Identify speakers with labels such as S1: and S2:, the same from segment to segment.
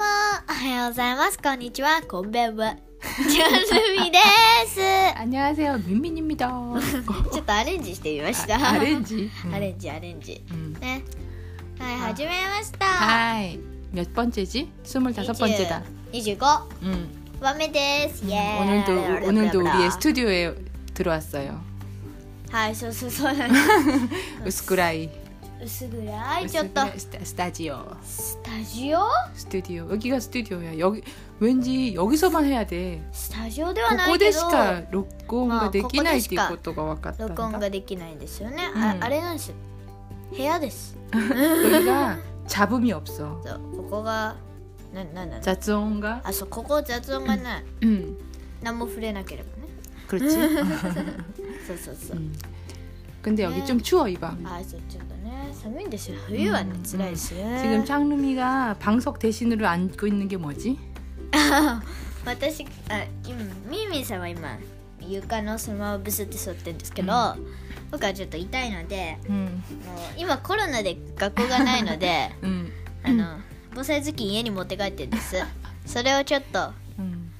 S1: うございます。こんにちは。こんばんは。ジャルミです。
S2: 안녕하세요 민민입니다. 어,
S1: ちょっとアレンジしてみました。
S2: 아, 아렌지.
S1: アレンジ、アレンジ。
S2: 음.
S1: ね。はい、
S2: あ
S1: 始めました。
S2: 하이 몇 번째지? 스물다섯 번째다.
S1: 25番
S2: 음.
S1: 目です。イエーイ。
S2: 오늘도 오늘도 우리의 스튜디오에 들어왔어요.
S1: はい、そうそうそう。
S2: 우스쿠라이
S1: 薄暗い、ちょっと。
S2: 우스쿠라이 스타- 스타지오
S1: スタジオ
S2: 스튜디오 여기가 스튜디오야. 여기 왠지 여기서만 해야 돼. 그
S1: スタジオではない
S2: ここ
S1: け
S2: で
S1: ど
S2: しか録音ができないってい
S1: まあ
S2: う
S1: こ
S2: こ
S1: こと
S2: が分かったん
S1: 録音
S2: だ。
S1: ができないんですよね。
S2: う
S1: あ
S2: ん
S1: あれなんですよ。部屋です。
S2: 여기가 잡음이 없어.
S1: そうここがななんだろう。
S2: 雑音が
S1: あそうここ雑音がない。
S2: 음.
S1: 何も触れなければね。
S2: 그렇지.
S1: そうそうそう。
S2: 음. 근데 여기
S1: 네.
S2: 좀 추워 이 방.
S1: あそうちょっとね寒いんですよ。冬はね
S2: うん
S1: 辛いです よね。
S2: 지금 창루미가 방석 대신으로 앉고 있는 게 뭐지?
S1: 私あ今ミーミーさんは今床のそのままブスって座ってるんですけど、
S2: う
S1: 僕はちょっと痛いので
S2: 음,
S1: もう今コロナで学校がないので
S2: 음,
S1: あの防災頭巾家に持って帰ってるんです。それをちょっと
S2: 음.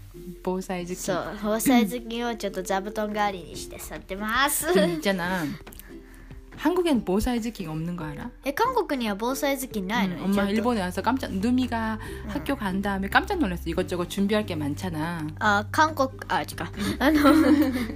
S2: 보호사의 즈키.
S1: そう防災頭巾をちょっと座布団代わりにして座ってます。
S2: 음, 있잖아. 한국엔 뭐 보호사의 즈키가 없는 거 알아?
S1: え韓国には防災頭巾ないの、
S2: 음,
S1: ね
S2: 엄마
S1: ちゃんと
S2: 일본에 와서 깜짝 누미가 학교 간 다음에 깜짝 놀랐어. 이것저것 준비할 게 많잖아.
S1: あ韓国あ違う あの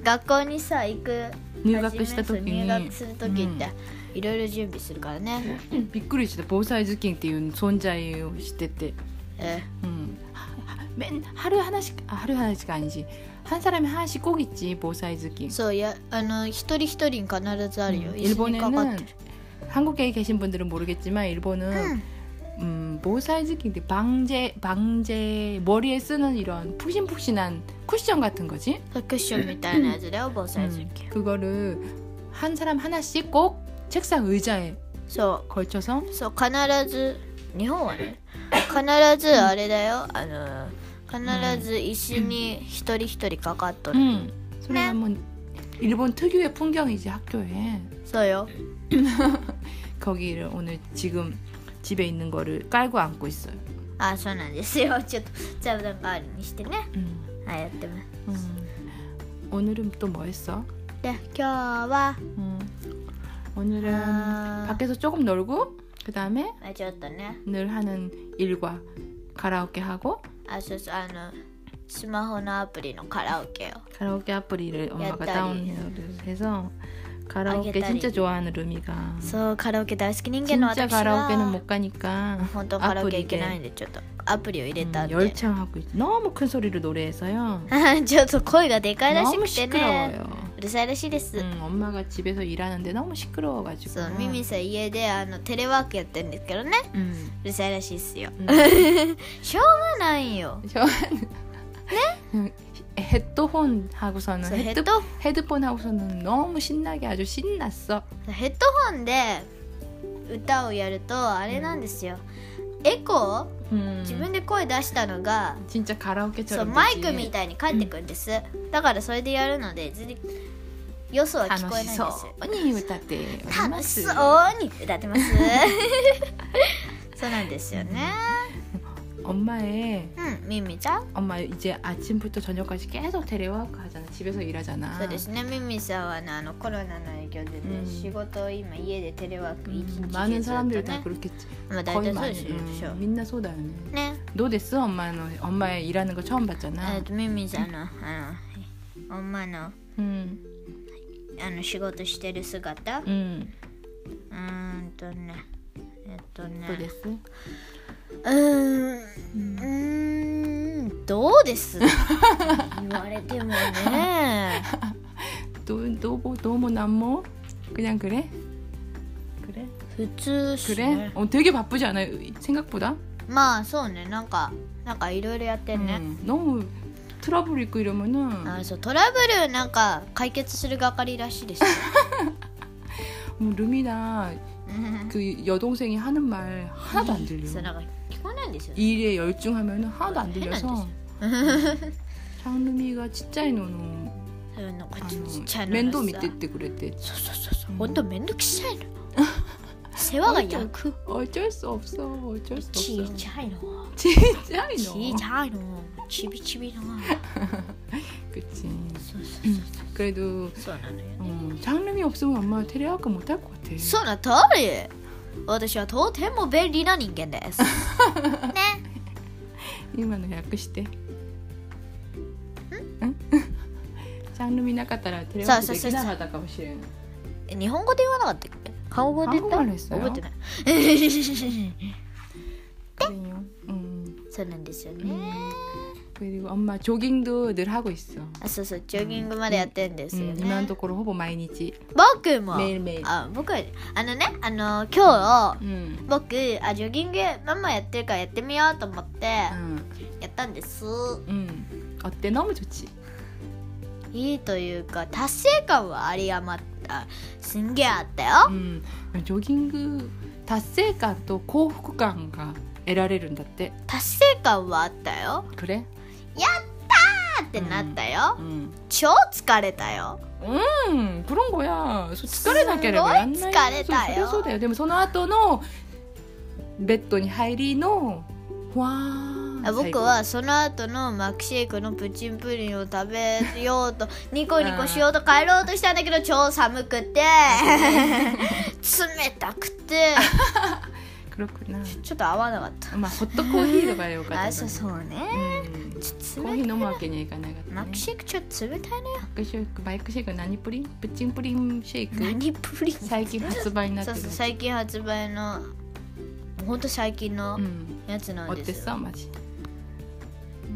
S1: 学校にさ行く
S2: 入学した
S1: 初め
S2: 時に
S1: 入学する時って、いろいろ準備するからね
S2: 음, びっくりした防災頭巾っていう存在を知ってて
S1: え
S2: 음. 하- 맨 하루 하나씩 아, 하루 하나씩 아니지 한 사람이 하나씩 꼭 있지 뭐 보호사의 즈키
S1: そういやあの一人一人に必ずあるよ、
S2: 음,
S1: 椅子にかかって
S2: 일본에는
S1: る
S2: 한국에 계신 분들은 모르겠지만
S1: う
S2: 일본은
S1: ん
S2: 음, 보살즈킹인데 방제 방제 머리에 쓰는 이런 푹신푹신한 쿠션 같은 거지.
S1: そうクッションみたいなやつだよ防災頭
S2: 음,
S1: 巾、
S2: 그거를 한 사람 하나씩 꼭 책상 의자에
S1: そ
S2: 걸쳐서
S1: うそう必ず日本はね必ずあれだよあの必ず椅子に一人一人かかっとる、
S2: 음, 소리가 뭐 일본 특유의 풍경이지 학교에
S1: そうよ
S2: 거기를 오늘 지금 집에 있는 거를 깔고 앉고 있어요.
S1: あそうなんですよちょっと座布団代わりにしてね
S2: 음,
S1: はいやってます
S2: 음. 오늘은 또 뭐 했어?
S1: で今日は
S2: 음, 오늘은
S1: 아.
S2: 음, 밖에서 조금 놀고 그 다음에
S1: まあちょっとね
S2: 늘 하는 일과 가라오케 하고
S1: あそうそうあのスマホのアプリのカラオケを
S2: 가라오케 아프리를 엄마가
S1: 옛날이에요.
S2: 다운로드 해서 가라오케
S1: 옛날이에요.
S2: 진짜 좋아하는 루미가
S1: そうカラオケ大好き人間の
S2: 진짜
S1: 私は
S2: 가라오케는 못 가니까
S1: 本当カラオケ行けないん
S2: 아프리에
S1: でちょっとアプリを入れたん
S2: 음,
S1: で、
S2: 열창하고 있- 너무 큰 소리로 노래해서요
S1: ちょっと声がでかいらし
S2: 너무
S1: くてね
S2: 시끄러워요
S1: うるさいらしいです、
S2: 음, 엄마가 집에서 일하는데 너무
S1: そ
S2: 시끄러워가지고
S1: うミミさん家であのテレワークやってるんですけどね
S2: 음,
S1: うるさいらしいっすよ
S2: 음.
S1: しょうがないよ
S2: 저는 음, 헤드폰 하고서는
S1: そうヘッ
S2: 헤드,
S1: ド
S2: 헤드폰 하고서는 너무 신나게 아주 신났어
S1: ヘッドホンで歌をやるとあれなんですよ、エコー
S2: 음,
S1: 自分で声出したのが、
S2: 진짜
S1: そう
S2: 가라오케처럼
S1: マイク
S2: 되지.
S1: みたいに返ってくるんです、だからそれでやるので全然よそは聞こえないんです
S2: 언니 우타 때
S1: 楽しそうに歌ってます そうなんですよね
S2: 그 엄마의
S1: うんミミちゃん
S2: 엄마 이제 아침부터 저녁까지 계속 테레워크 하잖아 집에서 일하잖아
S1: そうですねミミさんはねあのコロナの影響でね、
S2: うん
S1: 仕事を今家でテレワーク一
S2: 음,
S1: 日中
S2: 많은
S1: ずっと
S2: 사람들이 다
S1: ね
S2: 그렇겠지
S1: まあ大体
S2: 거의
S1: そう
S2: 많은
S1: でしょ、
S2: 음, 민나 소다는
S1: ね
S2: 너 됐어 엄마는 엄마의 일하는 거 처음
S1: え
S2: 봤잖아
S1: っとミミさんのあの女の
S2: 음,
S1: あの仕事してる姿う
S2: 음,
S1: ーんとねえっとね
S2: 너 됐어
S1: うーんうーんどうです言われても ね
S2: 너너뭐 너무 난뭐 그냥 그래 그래
S1: 普通っす
S2: 그래
S1: ね
S2: 어 되게 바쁘지 않아 요 생각보다
S1: まあそうねなんかなんかいろいろやってんね、
S2: 음, 너무 트러블 있고 이러면은
S1: あそうトラブルなんか解決する係らしいですよ
S2: 음, 루미나
S1: うん
S2: 그 여동생이 하는 말 하나도 안
S1: そう
S2: 들려.
S1: なんか聞こえないんですよね
S2: 이 일에 열중하면 네, 하나도 안 들려서
S1: 해놨는데.
S2: 장루미가 진짜에 노노
S1: そういうの
S2: 아,
S1: がちっちゃいのがさ
S2: 면도 밑에 때 그랬대.
S1: そうそうそうそう本当めんどくさいのさ世話が焼く
S2: 그 어쩔 수 없어. 어쩔 수
S1: ち
S2: 없어.
S1: いちゃいの
S2: 진짜
S1: ちい
S2: 이너.
S1: ちゃいのちびちびの
S2: 그치.
S1: そうそうそう
S2: 그래도
S1: そうそうなのよ
S2: 어, 장르미 없으면 엄마가 테레아크 못할 것 같아.
S1: その通り私はとても便利な人間です ね
S2: 이만은 약시대. 응? 장르미 나갔다라
S1: 사-
S2: 테레아크
S1: 사- 사-
S2: 되게
S1: 사-
S2: 나가다 가보시는.
S1: え日本語で言わなかったっけ韓国語で言った
S2: 韓国語ですよ
S1: 覚えてない
S2: 그래요. 음.
S1: そうなんですよ
S2: 음.
S1: ね
S2: 그리고 엄마 조깅도 늘 하고 있어.
S1: あそうそうジョギングまでやってんですよ
S2: 음,
S1: ね
S2: 이만 도코로 호보 마이니치
S1: 僕も
S2: 매일매일.
S1: あ僕はあのねあの今日
S2: 음.
S1: 僕あジョギングママやってるからやってみようと思ってや
S2: 음.
S1: ったんです
S2: 음. 어때? 너무 좋지.
S1: いいというか達成感はあり余ったすんげえあったよ
S2: 음. 조깅達成感또幸福感가 得られるんだって.
S1: 達成感はあったよ
S2: 그래?
S1: あってなったよ、
S2: 음.
S1: 超疲れたよ
S2: 음, 그런 거야. 소-疲れなけれ
S1: す
S2: ば
S1: ごい
S2: やんないよ。
S1: 疲れたよ。
S2: そ-そりゃそうだよ。でもその後のベッドに入りの、ふわーん、
S1: あ僕はその後のマックシェイクのプチンプリンを食べようとニコニコしようと帰ろうとしたんだけど超寒く て冷たくて
S2: 最高。 그렇구나.
S1: ちょっと合わなかった
S2: まあホットコーヒーとかよかった
S1: あそうそうね
S2: うん
S1: ちょっ
S2: コ
S1: と
S2: ー
S1: 冷
S2: ヒー飲むわけにはいかなかった、ね、
S1: マックシェイクちょっと冷たいのよ
S2: マックシェイクマイクシェイク何プリンプッチンプリンシェイク
S1: 何プリンそう
S2: 最近発売になって
S1: そう
S2: るやつ
S1: 最近発売のほんと最近の
S2: うん
S1: やつな
S2: お
S1: ん
S2: っ
S1: で
S2: て
S1: す
S2: さ
S1: よ、
S2: マジ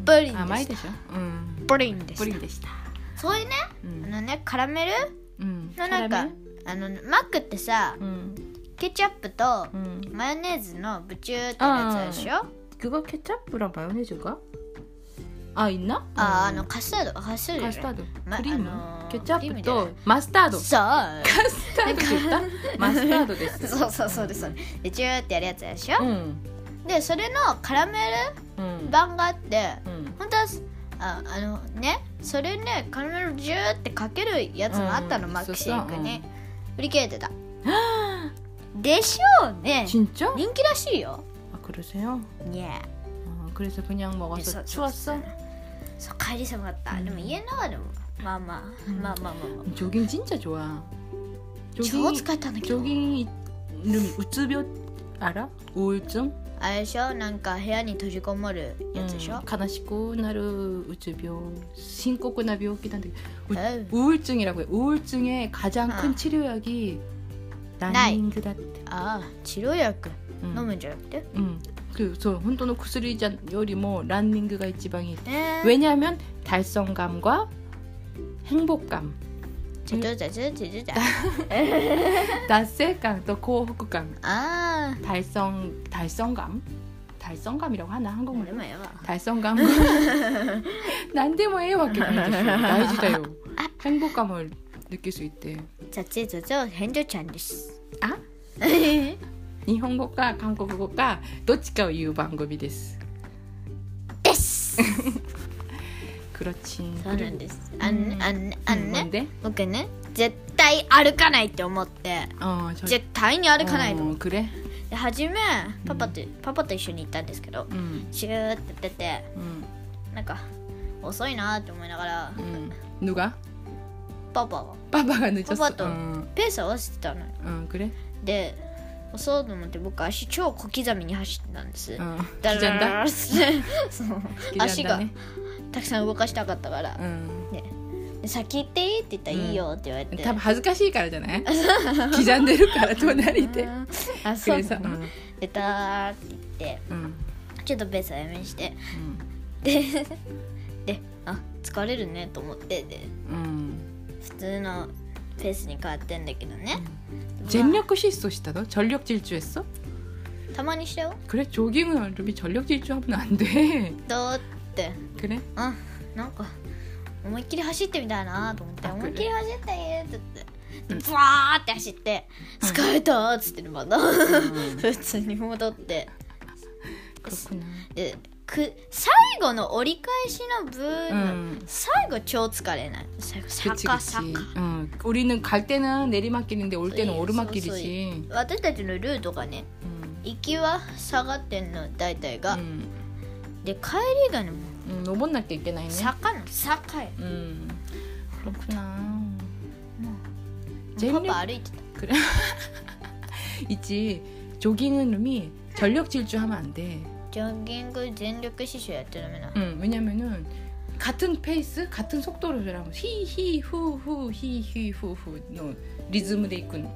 S1: プリンで
S2: 甘い
S1: し
S2: でしょうん
S1: たプリンで
S2: プ
S1: し
S2: リ
S1: た
S2: ンでした
S1: そういうね
S2: う
S1: あ
S2: ん
S1: のねカラメル
S2: うん
S1: のなん
S2: キャラ
S1: か
S2: メル
S1: あのマックってさ
S2: うん
S1: ケチャップと
S2: うん
S1: マヨネーズのブチューってやつでしょ
S2: 그거케첩프랑마요네즈가아있나
S1: ああのカスタードカスタード
S2: カ
S1: じ
S2: ス
S1: ゃな
S2: タ
S1: い
S2: ード
S1: ま
S2: クリーム、
S1: あのー
S2: ケチャ
S1: クリー
S2: ップ
S1: ムじゃない
S2: とマスタードカス
S1: そう
S2: タードって言ったマスタードで す
S1: そうそうそうですそうですでチューってやるやつでしょ
S2: うん
S1: でそれのカラメ
S2: うん
S1: ル版があって
S2: うん
S1: 本当はああのねそれねカラメルジューってかけるやつもあったの、
S2: うん
S1: マックシェイク
S2: そうそうう
S1: に
S2: ん
S1: 売り切れてたでしょうね
S2: 진짜?
S1: 人気らしいよ
S2: 아 그러세요?
S1: ね
S2: 어, 그래서 그냥
S1: えそ
S2: 먹어서
S1: うそうそ
S2: 추웠어?
S1: うそう帰り寒かった、でも家の中でもまあまあ、
S2: うん
S1: まあまあまあまあ
S2: 조깅 진짜 좋아
S1: 超
S2: 조깅
S1: 使ったんだけど
S2: 조깅 이름이 우츠병 알아? 우울증?
S1: あれでしょなんか部屋に閉じこもるやつでしょ、
S2: 가나시고 나루 우츠병 심각한 병기인데 우,
S1: うん
S2: 우울증이라고 해 우울증의 가장
S1: 아.
S2: 큰 치료약이
S1: 나이.
S2: 나인그다
S1: ああ治療薬飲
S2: 응.
S1: むんじゃなくて
S2: 응. 그래서 혼돈의 구슬이잔 요리 뭐 란닝그가 있지방이
S1: ね
S2: 왜냐하면 달성감과 행복감
S1: ちょちょちょちょちょちょちょ
S2: 達成感 또 고혹감
S1: あ
S2: 달성 달성감 달성감이라고 하나
S1: あで
S2: 한국말로
S1: もやば
S2: 달성감 난데뭐 해왔기 나이지다요 행복감을 느낄 수 있대
S1: ちゃちょちょちょ返事ちゃんです
S2: 아?
S1: え
S2: 일본어가 한국어가 도치카를 言う 방법이です
S1: ですそ
S2: 그렇지 음,
S1: うなんですあんねあんねあんね
S2: 뭔데?
S1: 僕ね絶対歩かないって思って
S2: 어 저-
S1: 絶対に歩かないと思っ
S2: 어, 그래?
S1: て初めパパとパパと一緒に行ったんですけど
S2: 응,
S1: シューって出て
S2: 응,
S1: なんか遅いなーって思いながら
S2: 응. 음. 누가?
S1: パパは
S2: 빠빠가 늦었어
S1: 빠빠도.
S2: 어,
S1: ペース合わせてたのよ
S2: 어, 그래?
S1: で襲うと思って僕足超小刻みに走ってたんです、
S2: 어,
S1: だらー
S2: 기잔다?
S1: ってそう足が
S2: 기잔다네 어.
S1: たくさん動かしたかったから
S2: 응.
S1: で先行っていいって言ったらいいよって言われて、
S2: 多分恥ずかしいからじゃない刻んでるから隣で
S1: うんあ
S2: そ
S1: そう
S2: れ
S1: な
S2: さう
S1: の
S2: ん
S1: でダーって言って
S2: うん
S1: ちょっとペース早めにして
S2: 음,
S1: であ疲れるねと思ってで
S2: 음, うん
S1: 普通のペースに変わってんだけどね、
S2: 全力疾走したの전력 질주했어?
S1: たまにしたよ
S2: 그래? 조깅은 루비 전력 질주하면 안 돼
S1: どうって
S2: 그래?
S1: あなんか思いっきり走ってみたいなと思って
S2: あ
S1: 思いっきり走ってって言って
S2: うん
S1: でブワーって走って「
S2: うん
S1: 疲れた」 っつってまた
S2: 음,
S1: 普通に戻って
S2: 그렇구나
S1: でく最後の折り返しの部
S2: う
S1: 分、
S2: 음.
S1: 最後超疲れない最後サ
S2: 그치
S1: カ
S2: 그치.
S1: サカ
S2: 응. 우리는 갈 때는 내리막길인데 올 때는
S1: 소이,
S2: 오르막길이지.
S1: 私たちのルートがね
S2: 음.
S1: 行きは下がってんの大体が、
S2: 음.
S1: で帰りがね
S2: 음, 5번 날게 있겠나 했네.
S1: 坂の坂へ
S2: 음. 그렇구나.
S1: もうパ
S2: 재밌는
S1: パ歩いてた
S2: 있지. 조깅은 룸이 전력 질주 하면 안 돼.
S1: ジョギング全力刺繍やってるめな
S2: 응, 왜냐면은 같은 페이스, 같은 속도로 저랑 히히 후후 히히 후후 너 리듬을 이끈.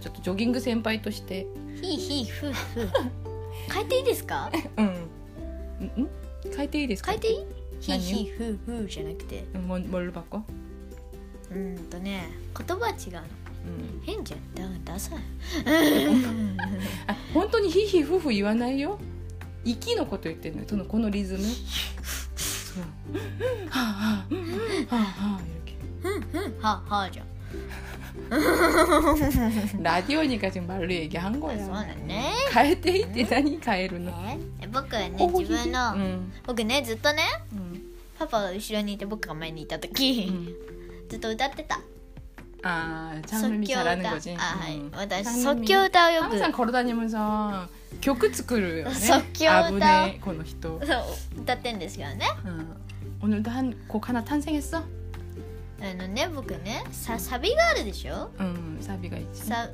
S2: 저도 조깅 그 선배 또 시대.
S1: ヒーヒーフーフー変えていいです か
S2: 응. 응? 응? 카이테이 데스.
S1: 変えていいヒー
S2: 何
S1: ヒーフーフーじゃなくて
S2: 응, 뭐, 뭘로 바꿔?
S1: うーんとね言葉は違うの
S2: 응.
S1: 変じゃんだからダサい
S2: 아, 혼돈이 히히 후후 이와나요? 이끼노 것도 있대요. 저는 그 리듬을. 하하 하하 이렇게.
S1: ははじゃん
S2: 라디오니까 지금 말로 얘기한
S1: そう
S2: 거야.
S1: だね
S2: 가에테이 데다니 가에루나.
S1: ね僕はね
S2: ほほ
S1: 自分の、
S2: 응.
S1: 僕ねずっとね
S2: 응.
S1: パパが後ろにいて僕が前にいた時、
S2: 응.
S1: ずっと歌ってた
S2: 아,
S1: 即
S2: 장르미
S1: 興歌あ
S2: 잘하는 거지.
S1: はい、
S2: 음.
S1: 私即
S2: 장르미.
S1: 興歌をよく
S2: 항상 걸어다니면서 교크
S1: 어,
S2: 스쿨을
S1: 석교다.
S2: 아분의 고노히토.
S1: そう歌ってんですけどね
S2: 어. 오늘도 한 곡 하나 탄생했어?
S1: あのね僕ねさサビがあるでしょ
S2: 응, 음, 사비가 있지.
S1: さ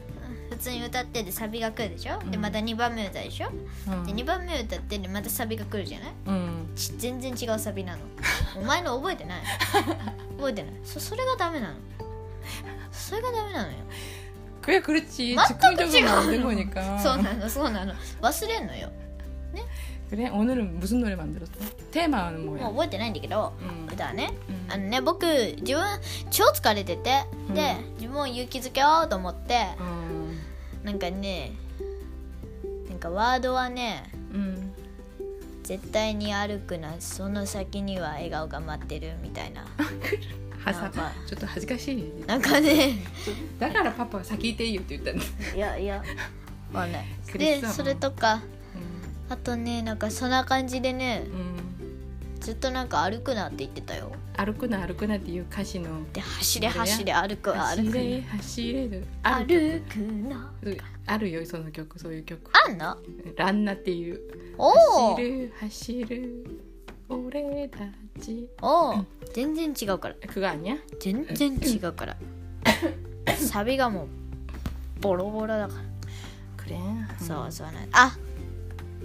S1: 普通に歌っててサビが来るでしょ、
S2: うん
S1: でまた2番目歌でしょ、
S2: 응.
S1: で2番目歌ってでまたサビが来るじゃない
S2: 응.
S1: ち全然違うサビ なのお前の覚えてない覚えてないそそれがダメなのそれがダメなのよ
S2: 그래 그렇지.
S1: 맞다,
S2: 즉흥적으로 만든
S1: 그치.
S2: 거니까.
S1: そうなのそうなの忘れんのよ
S2: 그래 오늘은 무슨 노래 만들었어? 테마는
S1: もう
S2: 뭐야? 음,
S1: 覚えてないんだけど
S2: 응.
S1: 歌はね
S2: 응.
S1: あのね僕自分超疲れてて、
S2: うん
S1: で自分を勇気づけようと思って、
S2: 어.
S1: なんかねなんかワードはね
S2: 응.
S1: 絶対に歩くなその先には笑顔が待ってるみた いな
S2: 하사.
S1: 나가.
S2: 저도 하지가시.
S1: なんかね
S2: 나가라 파파 사키테이요 때 일단.
S1: いやいやわかんない
S2: 그랬어
S1: でそれとか
S2: 응.
S1: あとねなんかそんな感じでね
S2: 응.
S1: ずっとなんか歩くなって言ってたよ
S2: 아르쿠나 아르쿠나 디유 카시노.
S1: で走れ
S2: 本当だよ
S1: 走れ歩く歩く
S2: 하시레 하시레
S1: な
S2: 아르
S1: 歩くな
S2: 아르 아! 여기서 는 격구 소유 격구
S1: あんの
S2: 란나 띠유
S1: おお
S2: 하시르 하시르 오래다지
S1: おお全然違うから
S2: 그거 아니야?
S1: 全然違うからサビがもうボロボロだから
S2: 그래 음.
S1: そうそうなんあ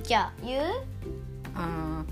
S1: じゃあ言う
S2: 아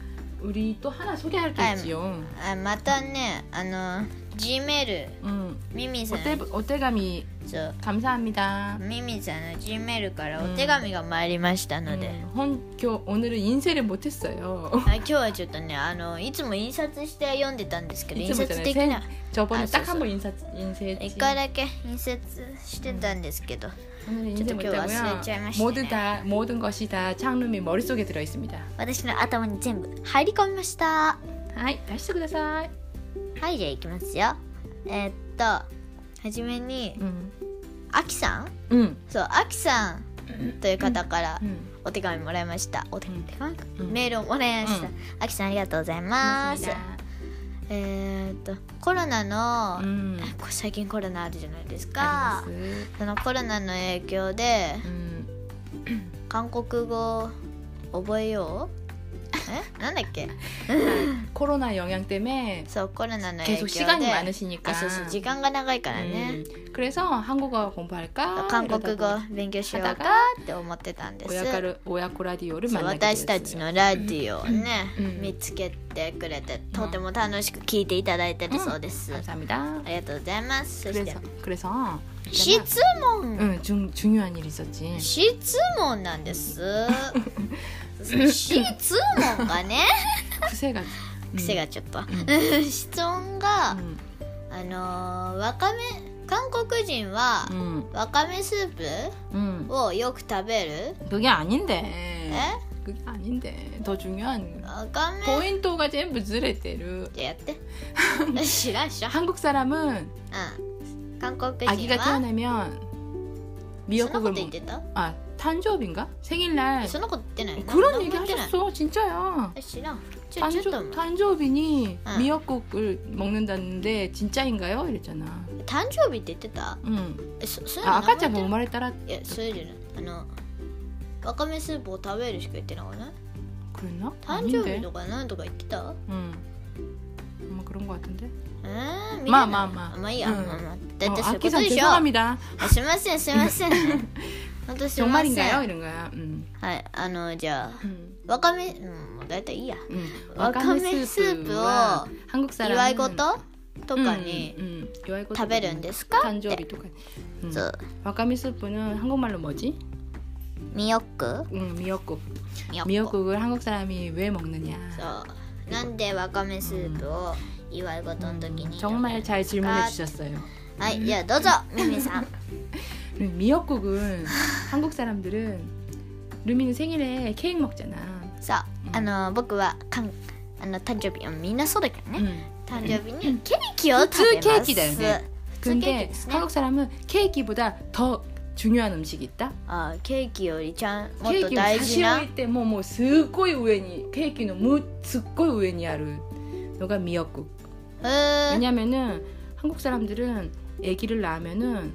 S2: 우리 또 하나 소개할 게
S1: 아임.
S2: 있지요
S1: あまたねあの G メール
S2: 음,
S1: ミミさん
S2: 어때, 어때감이
S1: そう
S2: 감사합니다
S1: ミミさんの G メールからお手紙が参りましたので、
S2: 음, 혼교 오늘은 인쇄를 못했어요
S1: あ今日はちょっとねあのいつも印刷して読んでたんですけど
S2: い
S1: 印
S2: つもじ
S1: 刷
S2: ゃない
S1: できない
S2: 저번에
S1: 아,
S2: 딱 한
S1: 썼어.
S2: 번 인사 인쇄했지
S1: 一回だけ印刷してたんですけど
S2: 오늘은 인쇄
S1: 저도 겨우 왔어요. 잘
S2: 못하고요
S1: 마시네.
S2: 모두 다 모든 것이 다 창룸이 머릿속에 들어 있습니다
S1: 私の頭に全部入り込みました
S2: 하이 다시 ください
S1: はいじゃあいきますよえーっとはじめに
S2: 음.
S1: あきさん
S2: 음.
S1: そうあきさんという方から
S2: うん
S1: お手紙もらいましたお手
S2: うん
S1: 手紙か
S2: うん
S1: メールをもらいました
S2: う
S1: あきさんありがとうございますえーっとコロナの、
S2: うん
S1: こ最近コロナあるじゃないです
S2: あ
S1: か
S2: ります
S1: そのコロナの影響で
S2: うん
S1: 韓国語覚えようえなんだっけ
S2: コロナ영향 때문에
S1: そうコロナの影響
S2: 계속
S1: で
S2: 시간이 많으시니까
S1: あそうそう時間が長いからね、
S2: 음, 그래서 한국어 공부할까
S1: 韓国語
S2: 이러다
S1: 勉強しようかって思ってたんで
S2: 보니까
S1: す
S2: 오야카를 오야코 라디오를
S1: そう
S2: 만나게
S1: 私たち
S2: 되었어요
S1: のラジオをね、
S2: うんうん
S1: 見つけてくれてとても楽しく聞いていただいてるそうです、あ
S2: 감사합니다
S1: りがとうございますそして
S2: 그래서 그래서
S1: 質問、
S2: 응, 중, 중요한 일이 있었지
S1: 質問なんです質問がね
S2: 癖が
S1: 癖がちょっと、
S2: う
S1: 質問が、
S2: 응,
S1: あのーわかめ韓国人は、
S2: 응,
S1: わかめスー
S2: 응.
S1: プをよく食べる
S2: 그게 아닌데
S1: え
S2: 그게 아닌데 더 중요한
S1: わかめ
S2: 포인트가 전부 즈레테르
S1: じゃやって 知らん知らん、
S2: 한국 사람은
S1: うん、韓国
S2: 아기가
S1: 人は
S2: 태어나면
S1: そんなこと
S2: 미역국을
S1: 言っ
S2: 먹
S1: てた
S2: 아 誕生日인가? 생일날
S1: そんなこと言ってないな
S2: 그런
S1: 何も
S2: 얘기
S1: 言ってない
S2: 하셨어 진짜야
S1: え知らんちょちょっ
S2: 誕
S1: と
S2: 조-誕生日に
S1: 응.
S2: 미역국을 먹는다는데 진짜인가요? 이랬잖아
S1: 誕生日って言ってた
S2: 응.
S1: えそそういうの
S2: 아,
S1: 名前言って
S2: 아까 제가
S1: る
S2: 뭐 말했더라
S1: いやそれじゃないあのわかめスープを食べるしか言ってなかったね
S2: 그랬나?
S1: 誕生日
S2: 아닌데.
S1: とかなんとか言ってた
S2: 응. 아마 그런 것 같은데
S1: えー、見てないま
S2: 마마마
S1: あいいや、まあまあだって
S2: 어,
S1: そういうこと
S2: 아키상
S1: でしょ
S2: 죄송합니다
S1: あすいませんすいませ ん本当すいません
S2: 정말인가요? 이런 거야 음.
S1: はいあのじゃ
S2: 음.
S1: あわかめうんもう大体いいや
S2: 음.
S1: 와카메
S2: 스프와
S1: 스프와
S2: 한국
S1: 祝い
S2: 사람은
S1: 事とかに
S2: 음, 음, 음. 요아이고토
S1: 食べるんですかって
S2: 단조리 똑같.
S1: そう
S2: 와카미 스프는 한국말로 뭐지?
S1: ミヨック
S2: 음, 미역국.
S1: ミヨック
S2: 미역국을 한국 사람이 왜 먹느냐?
S1: そうなんでわかめスープを祝い事の時
S2: 음,
S1: に
S2: 정말 잘 질문해 주셨어요.
S1: はいじゃあどうぞミミ さん
S2: 미역국은 한국 사람들은 루미는 생일에 케이크 먹잖아.
S1: そうあの僕はかんあの誕生日うんみんなそうだけどね
S2: 음.
S1: 誕生日にケーキを食べます
S2: 普通ケーキだよね
S1: 普通ケーキ
S2: 근데
S1: ですね
S2: 한국 사람은 케이크보다 더 중요한 음식이 있다.
S1: あケーキよりちゃんもっと
S2: 케이크
S1: 大事な
S2: 사실 때뭐뭐すっごい上に 케이크는 もすっごい上にあるのが 미역국.
S1: うーん
S2: 왜냐면은 한국 사람들은 아기를 낳으면은
S1: うん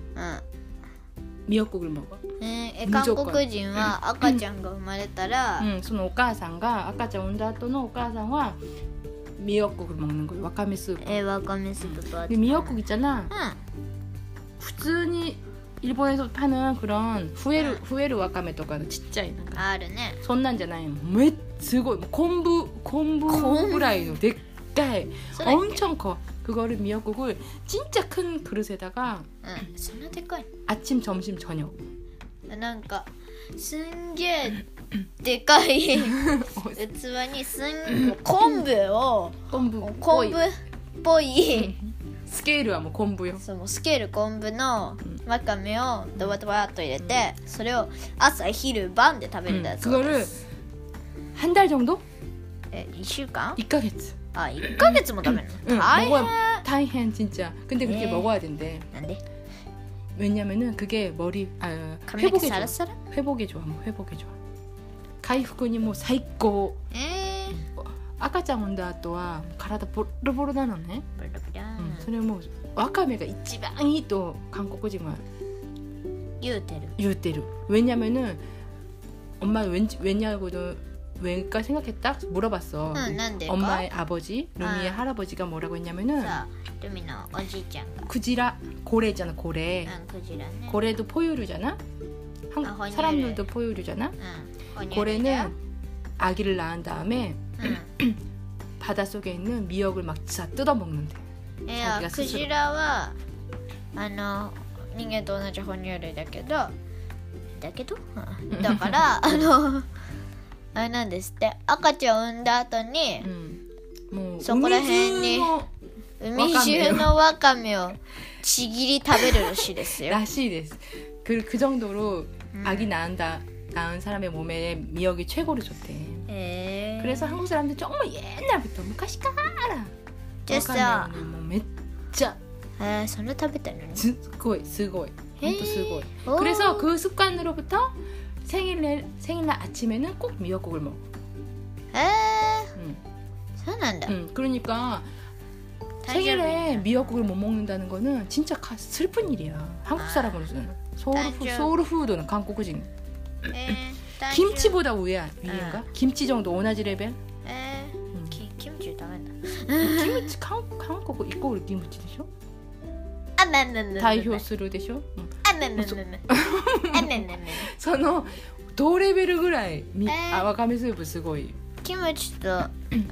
S2: 미역국을 먹어.
S1: ねえ
S2: 無
S1: 韓
S2: 条件
S1: 国人は赤ちゃんが生まれたら、
S2: 응, 손 오가상과 아까 전 온다 또는 오가상과 미역국을 먹는 거예요. 와카메 스프.
S1: えーわかめスープとは
S2: 근데 미역국 있잖아.
S1: う
S2: 후즈니 일본에서 파는 그런 후에르 후에르 와카메 또 가는 진짜 있는
S1: ん
S2: 거.
S1: あるね
S2: 손난잖아요. 왜 쓰고 콤부 콤부
S1: 콤부.
S2: 후라이노 대가에
S1: それ、うん
S2: 엄청 커. 그거를 미역국을 진짜 큰 그릇에다가
S1: そんなでかい
S2: 아침 점심 저녁
S1: なんかすんげえでか い器にすん昆布を
S2: 콤부
S1: 昆布っぽい
S2: 스케일은 뭐 콤부요.
S1: そのスケール昆布のわかめをドバドバっと入れてそれを朝昼晩で食べるんだ
S2: 음,
S1: そうで
S2: 그거를
S1: す
S2: 한 달 정도
S1: え1週間
S2: 입가겠지.
S1: あ1ヶ月も食べるの
S2: 응,
S1: 大変
S2: 먹어야 다이앤 진짜. 근데 그렇게
S1: 네.
S2: 먹어야 된대.
S1: なんで
S2: 왜냐면은 그게 머리 아,
S1: 髪の毛サ
S2: 회복에 좋아.
S1: ラサラ
S2: 회복에 좋아. 뭐 회복에 좋아. 가이프군이 뭐 사이코
S1: えー
S2: 아까짱 온다 또와 뭐 가라다 보르보르 나나네.
S1: ブラブラ
S2: 응. 그래 뭐 와카메가 이지방이 또 한국어지만 뭐.
S1: 言うてる
S2: 이때로. 왜냐면은 엄마 왠지 왜냐고도 왜일까 생각했다 물어봤어.
S1: うんなんでか
S2: 엄마의 아버지 루미의
S1: 아.
S2: 할아버지가 뭐라고 했냐면은
S1: さあルミのおじいちゃんが
S2: 쿠지라 고래잖아 고래
S1: うんクジラね
S2: 고래도 포유류잖아 한,
S1: 아, 헌혈을.
S2: 사람들도 포유류잖아
S1: うん哺乳類だよ
S2: 고래는 아기를 낳은 다음에 바닷속에 있는 미역을 막다 뜯어먹는데
S1: うんいや
S2: が
S1: ク
S2: 進む
S1: ジラはあの人間と同じ哺乳類だけどだけどうんだから あのあれなんですって赤ちゃんを産んだ後に
S2: 음. 뭐
S1: 손가락에
S2: 우미즈모
S1: 海中のワカメをちぎり食べるらしいですよ
S2: 나시데스 그, 그 정도로
S1: うん
S2: 아기 낳은다 낳은 사람의 몸에 미역이 최고로 좋대
S1: へえ
S2: 그래서 한국 사람들 정말 옛날부터 뭐 무카시카라
S1: じゃあさ
S2: 뭐몇자
S1: えーそんな食べたのに
S2: 뭐 스고이 스고이 또 스고이
S1: おー
S2: 그래서 그 습관으로부터 생일날 생일날 아침에는 꼭 미역국을 먹어.
S1: えー
S2: 응.
S1: そうなんだ
S2: 응. 그러니까
S1: 誕生日
S2: 생일에 미역국을 못 먹는다는 거는 진짜 가- 슬픈 일이야. 한국
S1: 아.
S2: 사람으로서는 소울 푸
S1: 맞아.
S2: 소울 푸드는 한국인.
S1: えー誕生日
S2: 김치보다 위야 위인가? 김치 정도 오나지 레벨.
S1: えー
S2: 응.
S1: キキムチ食べない
S2: 김치 한 한국 이거 김치 되죠?
S1: 네, あめめめめ
S2: 다이효 스루 되죠? 응.
S1: あめめめめあめめめ
S2: 선호 도 레벨ぐらい 미-
S1: 에.
S2: 아 와카메 스프 すごい.
S1: キムチと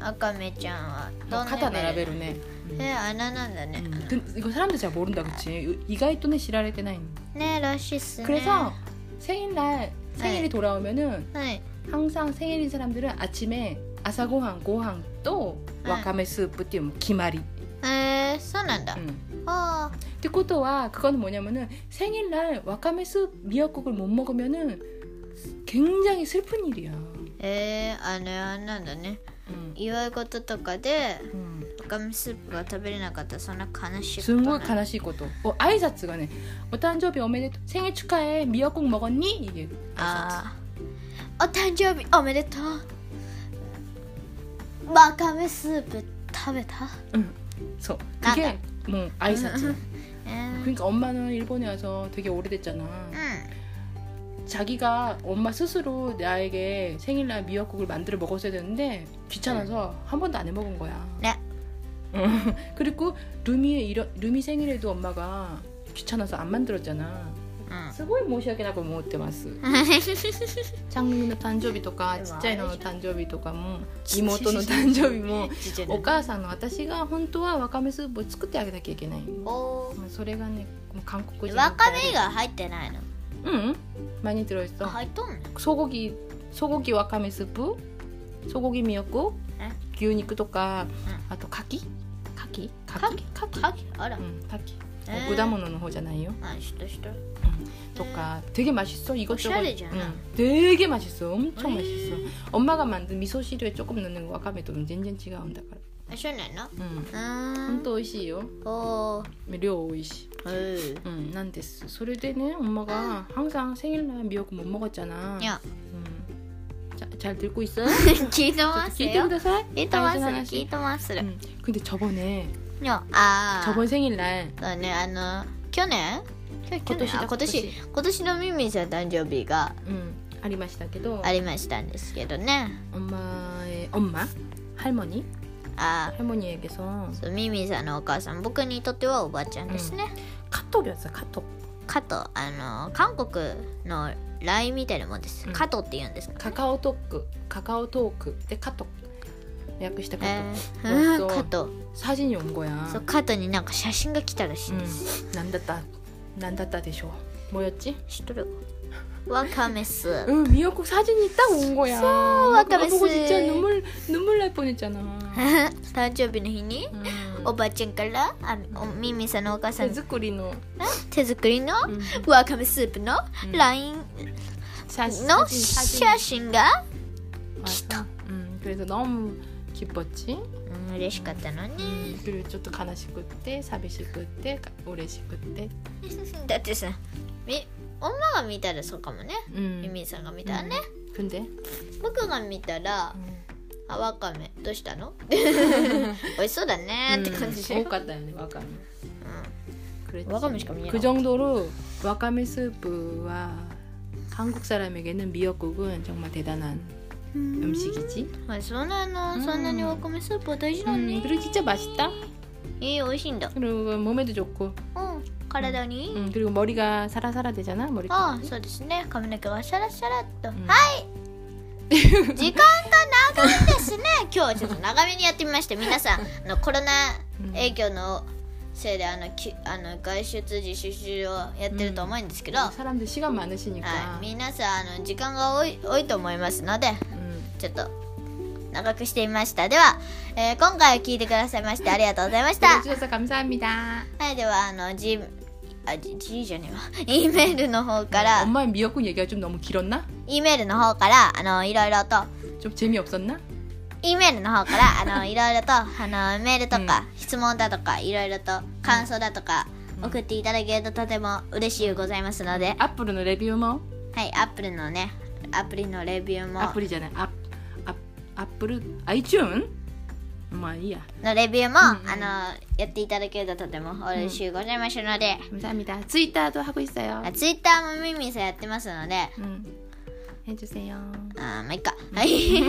S1: 赤めちゃんはどんな
S2: 카타
S1: レベル
S2: 나라베로네.
S1: えー、穴なんだね、
S2: 음, 근 이거 사람들 잘 모른다 그치 이가이 또는 지랄할 때나 있는
S1: ねらしいっすね
S2: 그래서 생일날 생일이
S1: 네.
S2: 돌아오면은
S1: はい、
S2: 항상 생일인 사람들은 아침에 아사고항 고항 또
S1: 네.
S2: 와카메 스프 띠 기마리
S1: えー、そうなんだ、
S2: 음.
S1: あ
S2: 듣고또와 그건 뭐냐면은 생일날 와카메 스 미역국을 못 먹으면은 굉장히 슬픈 일이야
S1: ーえー、あれあれなんだね
S2: 음.
S1: 祝い事とかで
S2: 음.
S1: ガムスープが食べれなかったらそんな悲しいこと
S2: すごい
S1: な
S2: 悲しいことお挨拶がね「お誕生日おめでとう생일 축하해 미역국 먹었니?」이게 아.
S1: あーお誕生日おめでとうわかめスープ食べた
S2: 그래서 그게
S1: 나다.
S2: 뭐 아이사츠
S1: えー
S2: 그러니까 엄마는 일본에 와서 되게 오래됐잖아
S1: うん
S2: 자기가 엄마 스스로 나에게 생일날 미역국을 만들어 먹었어야 되는데 귀찮아서 한 번도 안 해먹은 거야 어.
S1: 네.
S2: 그리고 루미의 이런 루미 생일에도 엄마가 귀찮아서 안 만들었잖아
S1: うん
S2: すごい申し訳なく思ってます。チャンミンの誕生日とか、ちっちゃいのの誕生日とかも、妹の誕生日も、
S1: ちっちゃい
S2: お
S1: ね
S2: 母さんの私が本当はわかめスープを作ってあげなきゃいけない。
S1: おー
S2: それがね、もう韓国人。
S1: わかめが入ってないの
S2: うん、많이들어있어。
S1: 入っとんの
S2: 소고기 소고기 와카메 스프, 소고기 미역국,
S1: 응.
S2: 牛肉とか、
S1: 응.
S2: あと牡蠣、牡蠣、
S1: 牡蠣
S2: 牡蠣、
S1: かきあら
S2: うん、牡蠣。
S1: えー
S2: 果物の方じゃないよ。
S1: あしとしと
S2: とか되게맛있어이것저것
S1: 오샤레잖아.
S2: 되게맛있어엄청맛있어
S1: 에이.
S2: 엄마가만든미소시루에조금넣는와카메도는全然違うんだから
S1: あそうなの
S2: うん
S1: うー
S2: ほん
S1: ん
S2: と美味しいよ
S1: おー
S2: 量多いし
S1: うん
S2: うんなんですそれでね엄마가항상생일날미역국못먹었잖아
S1: いや
S2: 잘듣고있어요
S1: 聞いてま
S2: 聞
S1: す
S2: いて
S1: よ
S2: ください
S1: 聞いてます聞いてますい
S2: 근데저번에
S1: やあ
S2: 저
S1: ー
S2: 번생일날
S1: そうねあの去年去去
S2: 今年
S1: 年
S2: だ
S1: あ今年今年のミミさん誕生日が
S2: うんありましたけど
S1: ありましたんですけどね
S2: 엄마의엄마할머니
S1: あ
S2: 할머니에게서
S1: ーそうミミさんのお母さん僕にとってはおばあちゃんですね、
S2: 카톡이었어카톡
S1: 加藤あの韓国の LINE みたいなもんです、
S2: うん
S1: 加藤って言うんですか
S2: カカオトークカカオトークでカト訳してカト、
S1: えー、う
S2: 그래서
S1: ん加藤
S2: 사진이 온 거야
S1: そう加藤になんか写真が来たらしいんです、
S2: 음, 난다따 난다따 대쇼 뭐였지?
S1: 知っとるわかめスープ
S2: 응 미역국 사진이 딱 온 거야 그거 보고
S1: 와카메스.
S2: 진짜 눈물 눈물 날 뻔했잖아 어,
S1: 誕生日の日におばあちゃんからあおミミさんのお母さんの
S2: 세즈꾸리노
S1: 手作りのわかめスープの
S2: うん
S1: LINE の
S2: 사진
S1: 写
S2: 사진
S1: 真が
S2: 와서. 음, 그래서 너무 기뻤지
S1: うん嬉しかったのに
S2: 음, 그리고 좀또 가나시고 때 사비시고 때 오래시고 때
S1: だってさみ엄마が見たらそうかもねミ
S2: 음.
S1: ミさんが見たらね
S2: 근데
S1: 僕が見たら
S2: 음.
S1: あわかめどうした の美味しそうだねって感じで、
S2: 多かったよね 와카메
S1: うんわかめしか見えない
S2: 그 정도로 와카메 스프와 한국 사람에게는 미역국은 정말 대단한
S1: うん
S2: 음식이지.
S1: あそうなの、
S2: うん
S1: そんなにわかめスープは大事なのね、
S2: 음, 그리고 진짜 맛있다.
S1: えー、美味しいんだ
S2: 그리고 몸에도 좋고.
S1: うん体にいい、
S2: 음, 그리고 머리가 음, 사라사라 되잖아. 머리.
S1: ああそうですね髪の毛がシャラシャラっと、
S2: ん
S1: はい時間が長いですね 今日はちょっと長めにやってみました皆さんあのコロナ影響のせいであのきあの外出自粛をやってると思うんですけど、
S2: 사람들 시간 많으시니까.
S1: はい、皆さんあの時間が多い多いと思いますので
S2: 음,
S1: ちょっと長くしてみましたでは、えー今回は聞いてくださいましてありがとうございました
S2: 들어주셔서 감사합니다.
S1: はいではあのじあじじじゃねえわ E メールの方から、
S2: 엄마의 미역국 얘기가 좀 너무 길었나?
S1: E メールの方からあのいろいろと
S2: 좀 재미없었나?
S1: E メールの方からあ のいろいろとあのメールとか、質問だとかいろいろと感想だとか、
S2: うん
S1: 送っていただけるととても嬉しいございますので、
S2: 앞으로는 레뷰 뭐?
S1: はいアップルのねアプリのレビューも
S2: 앞으로잖아. 앞, 앞, 앞으로 아이튠. 엄마 이야.
S1: のレビューも、
S2: うんうん
S1: あのやっていただけるととても嬉しいございますので、
S2: 감사합니다. 트위터도 하고 있어요.
S1: ツイッターもミミさんやってますので
S2: 음. 해주세요.
S1: あーまあいいか、 はい。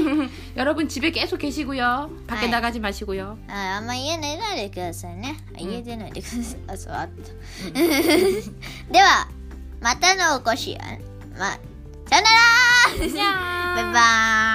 S2: 여러분 집에 계속 계시고요. 밖에
S1: 아이.
S2: 나가지 마시고요.
S1: ああんま家寝ないでくださいね。あ家出ないでください。あ、そう、あった。 では、またのお越し。あま、さよならバ
S2: 안녕.
S1: イバーイ